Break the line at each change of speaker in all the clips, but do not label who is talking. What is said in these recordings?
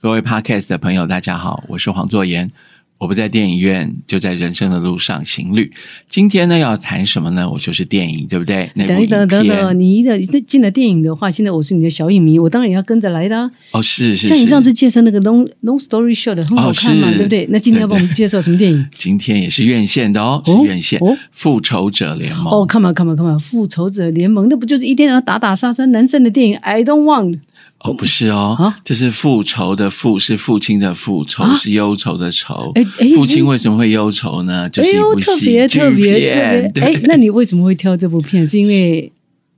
各位 Podcast 的朋友，大家好，我是黄作言。我不在电影院，就在人生的路上行旅。今天呢，要谈什么呢？我就是电影，对不对？那部
等一
影
等等
片
等，你一个进了电影的话，现在我是你的小影迷，我当然也要跟着来的、啊。
哦，是是是。哦
像你上次介绍那个 long long story short 很好看嘛，
是
对不对？那今天要帮我们介绍什么电影？
今天也是院线的哦，是
哦
院线《
哦
复仇者联盟》
哦，看嘛看嘛看嘛，《复仇者联盟》那不就是一天要打打杀杀男生的电影？I don't want
哦，不是哦，
啊
这是复仇的复，是父亲的复，仇、
啊
是忧愁的愁
哎哎。
父亲为什么会忧愁呢？就
哎
是一
呦，
部
特
喜
别
剧
特别特
片。
别！哎，那你为什么会挑这部片？是因为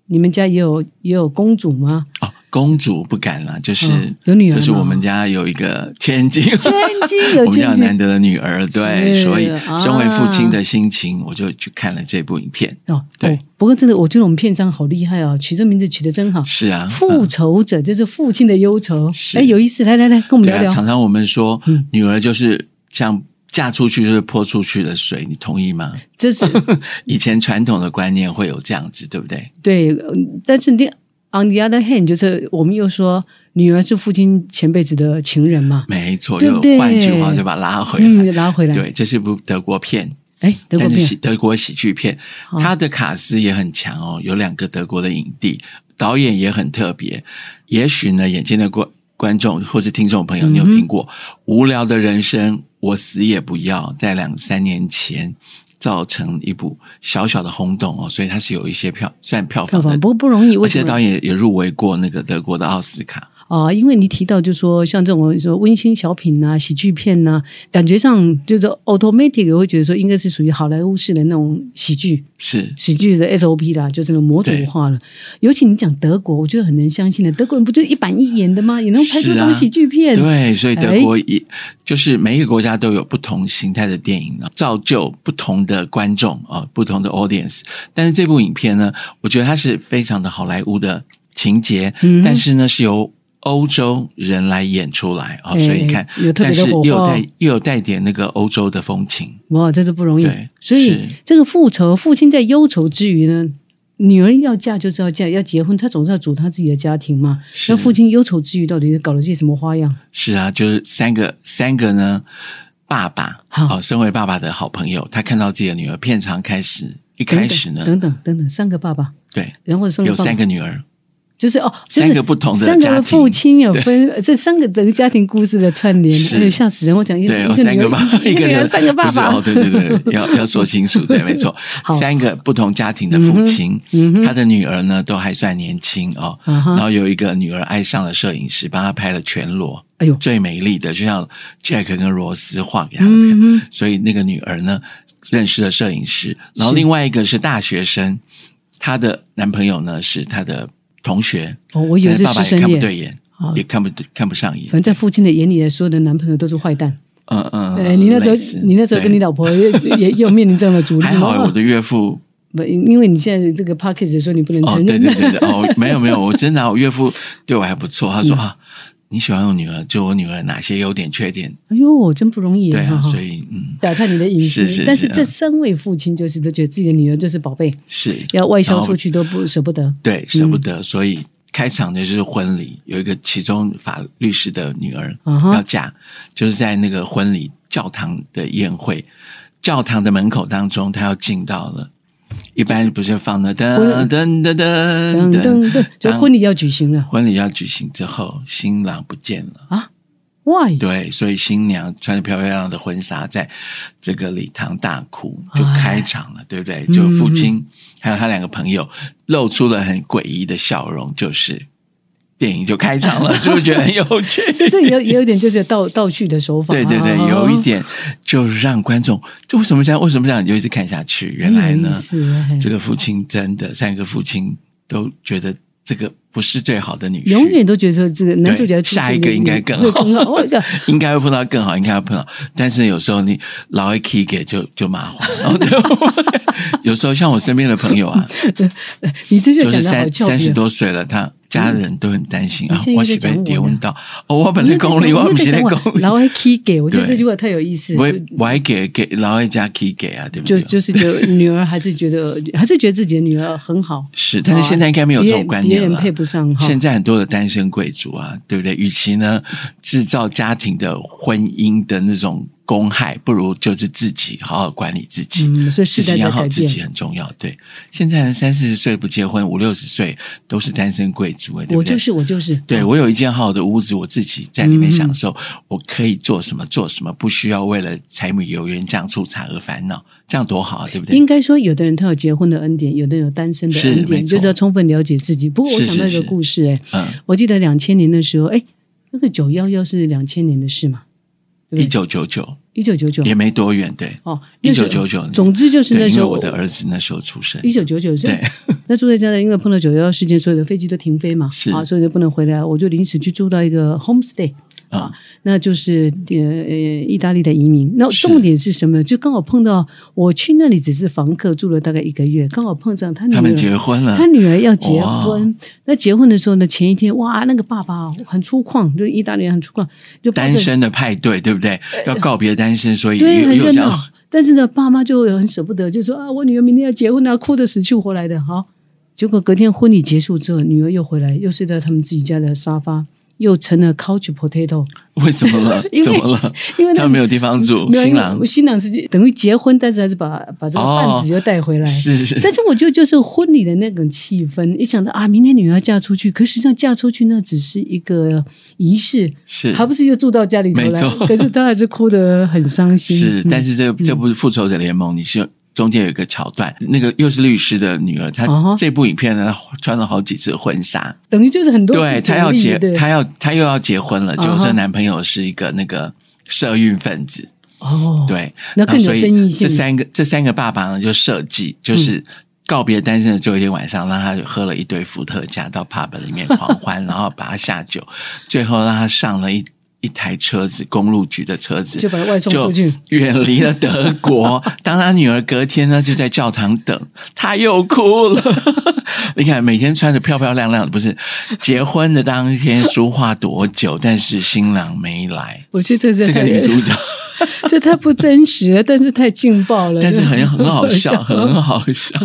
你们家也有也有公主 吗？
哦，公主不敢了，就是、
嗯有女儿
就是
吗
我们家有一个千 金，
千金有
我们家
千
有难
金
得的女儿，对，
是
所以
啊
身为父亲的心情，我就去看了这部影片。
哦。
对
哦，不过真的，我觉得我们片商好厉害哦，取这名字取得真好。
是啊，
复仇者就是父亲的忧愁
是，
哎，有意思，来来来，跟我们
对
聊
啊，常
聊。
常我们说
嗯，
女儿就是像嫁出去就是泼出去的水，你同意 吗？
这是
以前传统的观念会有这样子，对不对？
对，嗯但是你 on the other hand，就是我们又说女儿是父亲前辈子的情人嘛，
没错，
对
又
不对
换句话就把它拉回来。
嗯，拉回来，
对，这是部德国片，
哎，德国
但是
片
喜德国喜剧片，
好
它的卡斯也很强哦，有两个德国的影帝，导演也很特别。也许呢，眼尖的观观众或是听众朋友，你有
嗯哼
听过《无聊的人生》，我死也不要，在两三年前。造成一部小小的轰动哦，所以它是有一些票算票
票
房的
房，不不容易，
呃而
为什
且导
么？
演也入围过那个德国的奥斯卡。
啊，因为你提到就说像这种说温馨小品呐、喜剧片呐、感觉上就是 automatic 我会觉得说应该是属于好莱坞式的那种喜剧，
是
喜剧的 SOP 啦，就是那种模组化了。尤其你讲德国，我觉得很能相信的。德国人不就是一板一眼的吗？也能拍出
是
这
啊
种喜剧片？
对，所以德
哎
国也、就是每一个国家都有不同形态的电影呢，造就不同的观众啊、不同的 audience。但是这部影片呢，我觉得它是非常的好莱坞的情节，
嗯
但是呢是由欧洲人来演出来啊、哦所以你看，
哎有特
但
别的
是
火
又有
花
带又有带点那个欧洲的风情。
哇，真是不容易
对。
所
是
以这个复仇，父亲在忧愁之余呢，女儿要嫁就是要嫁，要结婚，她总是要组她自己的家庭嘛。
是
那父亲忧愁之余，到底是搞了些什么花样？
是啊，就是三个三个呢，爸爸
好
哦，身为爸爸的好朋友，他看到自己的女儿片场开始一开始呢，
等等等等等，三个爸爸，
对，
然后三个
有
爸爸
三个女儿。
就是哦，就是
三个不同的
三
家
个
庭
父亲有分 这三个的家庭故事的串联，
是
哎呦吓死人！我讲一
对，
一
有
个
三
女
个
儿
爸爸，
一个女儿
人
三个爸爸
不，是哦，对对 对，要要说清楚，对，没错
好，
三个不同家庭的父亲，
嗯哼嗯哼
他的女儿呢都还算年轻哦，
啊哈
然后有一个女儿爱上了摄影师，帮他拍了全裸，
哎呦，
最美丽的，就像 Jack 跟罗斯画给他的片
嗯哼，
所以那个女儿呢认识了摄影师，然后
是
另外一个是大学生，她的男朋友呢是她的同学，
哦，我以为
但
是
爸
师
爸也
生
看不
恋，
对眼
好，
也看不看不上眼
反，正在父亲的眼里，所有的男朋友都是坏蛋。
嗯嗯，
哎，你那时
类似
候，你那时候跟你
对
老婆也也又面临这样的阻力吗，
还好，我的岳父
不，因为你现在这个 p o c k e t 说你不能
哦，
承
对
认，
对对对， 哦，没有没有，我真的啊、我岳父对我还不错，他
嗯
说、啊，你喜欢我女儿，就我女儿哪些优点缺点？
哎呦，真不容易
对啊，
哈哈
所以嗯
打探你的隐
是
私
是，
但
是
是这
嗯
三位父亲就是都觉得自己的女儿就是宝贝，
是
要外销
然后
出去都不舍不得。
对舍不得，所以开场的就是婚礼，有一个其中法律师的女儿
啊
要
哈，
嫁，就是在那个婚礼教堂的宴会，教堂的门口当中，她要进到了。一般不是放的噔
婚
噔噔噔
等等
噔，
等，就
当
婚礼要举行了
婚礼要举行之后，新郎不见了。
啊？Why？
对，所以新娘穿着漂漂亮亮的婚纱，在这个礼堂大哭，就
哎
开场了，对不对？就父
嗯
亲、还有他两个朋友露出了很诡异的笑容，就是电影就开场了， 是不是觉得很有 趣？
所以这也有也有点就是倒倒叙的手法，啊
对对对，有一点就让观众，这为什么这样？为什么这样？你就一直看下去。原来
嗯
呢，这
这个
个父亲真的三个父亲都觉得这个不是最好的女婿，
永远都觉得说这个男主角
对
出
下
现
一个
的
应该
女
更
会
好
好。哦一个
应该会碰到更好，应该会碰到。但是有时候你老一 key 给就就麻烦， 然后就有时候像我身边的朋友啊，
你这句
就
话
是
讲的好
三
俏
三
皮
十
啊，
多岁了，他家人都很担心
你
啊
现在，又
我
在
是被
讲我
跌
呢
温到，哦，我本来公里，
我
我不是在公里
然，后还 key 给，我觉得这句话太有意思。
我也我还给给老外家 key 给啊，对不
就
对？
就是觉得女儿还是觉得还是觉得自己的女儿很好，
是，但是现在应该没有这种观
别
念
人
了
配。不上哈。
现在很多的单身贵族啊，对不对？与其呢制造家庭的婚姻的那种公害，不如就是自己好好管理自己。
嗯，所
自
以时
己
代
养
在
好
改
自己
变。
很重要，对。现在人三四十岁不结婚，五六十岁都是单身贵族、哎，对不对？
我就是我就是，
对我有一间好好的屋子，我自己在里面
嗯
享受，我可以做什么做什么，不需要为了柴米油盐酱醋茶而烦恼，这样多好啊，对不对？
应该说，有的人他有结婚的恩典，有的人有单身的
是
恩
没
典，
错
就是要充分了解自己。不过我
是
想到一
是
个
是
故事，哎，
嗯，
我记得两千年的时候，哎，那个九幺幺是两千年的事嘛，对
一
不对？
九九九
一九九九
也没多远，对，
哦，那时候
1999年
总之就是那
对，因
时
为
候
我的儿子那时候出生，
一九九九
对，
那住在家呢，因为碰到九幺幺事件，所有的飞机都停飞嘛
是，
啊，所以就不能回来，我就临时去住到一个 homestay。
嗯
啊，那就是呃呃，意大利的移民。那
是
重点是什么？就刚好碰到我去那里只是房客，住了大概一个月，刚好碰上他女
他们
儿，
结婚了
他，女儿要结
嗯哇
婚。那结婚的时候呢，前一天哇，那个爸爸很粗犷，就是意大利人很粗犷，就抱着
单身的派对，对不对？要告别单身，所以
对，
又
很
又
热
这
闹
样。。
但是呢，爸妈就很舍不得，就说啊，我女儿明天要结婚啊，哭得死去活来的。好，结果隔天婚礼结束之后，女儿又回来，又睡在他们自己家的沙发，又成了 couch potato，
为什么了
因为？
怎么了？
因为
他
那
们没有地方住，
没有
新郎
因为新郎是等于结婚，但是还是把把这个
哦
饭子又带回来。
是 是
但是我觉得就是婚礼的那种气氛，一想到啊，明天女儿要嫁出去，可实际上嫁出去那只是一个仪式，
是
还不是又住到家里头
没
来
错？
可是她还是哭得很伤心。
是，
嗯
但是这这部《复仇者联盟》，你是中间有一个桥段，那个又是律师的女儿，她
哦吼
这部影片呢她穿了好几次婚纱，
等于就是很多
对
是
她
独
要
立
结
的，
她要她又要结婚了，
哦
就
吼
这男朋友是一个那个社运分子，
哦，，
对，
那更有
所以
争议性嗯
这三个这三个爸爸呢，就设计就是。告别单身的最后一天晚上，让他喝了一堆伏特加，到 pub 里面狂欢，然后把他下酒，最后让他上了一一台车子，公路局的车子，
就把外送
就
出去。
远离了德 国。当他女儿隔天呢，就在教堂等，他又哭了。 你看，每天穿的漂漂亮亮的，不是结婚的当天说话多久，但是新郎没来。
我觉得这
这个女主角，
这太不真实了，但是太劲爆了。
但是 很很 好
很
笑，
好
很好笑。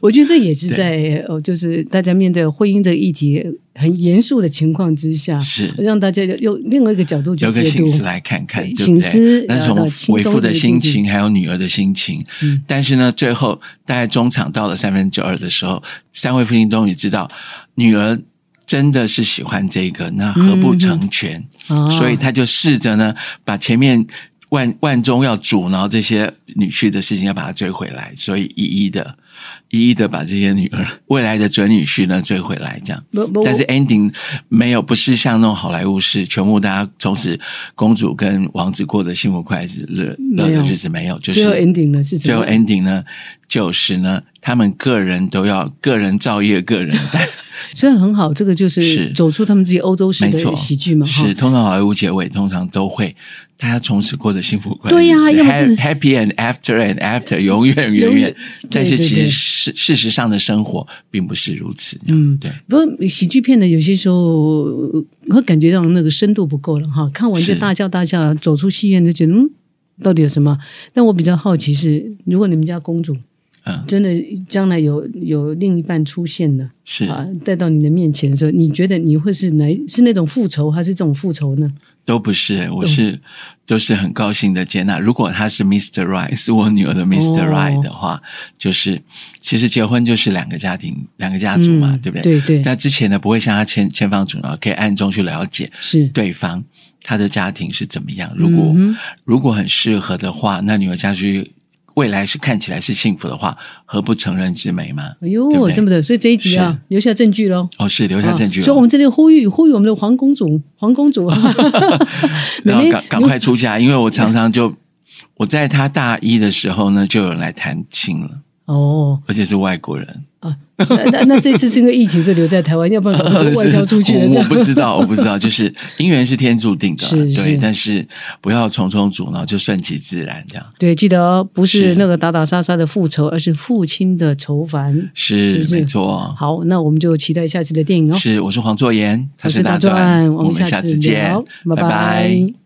我觉得这也是在呃，就是大家面对婚姻这个议题很严肃的情况之 下，
是
让大家用另外一个角度去
有个
解
心
读。
思来看看，
对
对不
醒思
对？那
然后
从
到轻
为
松
父的
的
心
心情
情，还有女儿的心情。
嗯
但是呢，最后大概中场到了三分之二的时候，三位父亲终于知道女儿真的是喜欢这个，那何不成全？
啊
所以他就试着呢，把前面万万中要阻挠这些女婿的事情，要把它追回来，所以一一的。一一的把这些女儿未来的准女婿呢追回来，这样。
不不，
但是 ending 没有，不是像那种好莱坞式，全部大家从此公主跟王子过的幸福快乐乐
没有
的日子，没有，就
最后
是
ending 了是怎
最后
么样？
ending 呢，就是呢，他们个人都要个人造业，个人 担，
虽然很好，这个就是
是
走出他们自己欧洲式
没
的
错，
喜剧嘛，哈
是，。通常好莱坞结尾通常都会大家从此过得幸福快乐，
对呀要么就是
happy and after and after，永远
永
永
远
远。但是
对对
其
对
实事事实上的生活并不是如此，
嗯
对。
不过喜剧片呢，有些时候呃会感觉到那个深度不够了哈，看完就是大笑大笑，走出戏院就觉得嗯，到底有什么？但我比较好奇是，如果你们家公主
嗯
真的将来有有另一半出现了
是
啊，带到你的面前的时候，你觉得你会是哪是那种复仇，还是这种复仇呢？
都不是、
嗯
我是就是很高兴的接纳。如果他是 Mr. Right，是我女儿的 Mr.
哦
Right 的话，就是其实结婚就是两个家庭、两个家族嘛，
嗯
对不对？
对对
那之前呢，不会像他前前方主呢，可以暗中去了解
是，
对方他的家庭是怎么样。如果、
嗯哼
如果很适合的话，那女儿家去未来是看起来是幸福的话，何不成人之美吗？
哎呦
对不，对
这么的，所以这一集啊，留下证据喽。
哦，是留下证据、
啊所以
哦。
我们这里呼吁呼吁我们的黄公主，黄 公主，妹
然后
妹
赶赶快出嫁，因为我常常就我在他大一的时候呢，就有人来谈亲了。
哦
而且是外国人，
啊，那那那这次这个疫情就留在台湾，要不然可 能就外销出去了。
我我不知道，我不知道，就是姻缘是天注定的啦， 对
是是，
但是不要重重阻挠，就顺其自然这样。
对，记得哦不
是
是那个打打杀杀的复仇，而是父亲的愁烦。
是
是是
没错，
好，那我们就期待下期的电影哦。
是我是黄作言，他
我
是
是
大
大作
专，
案，
我们下
下
次
次
见
聊，，拜
拜拜
拜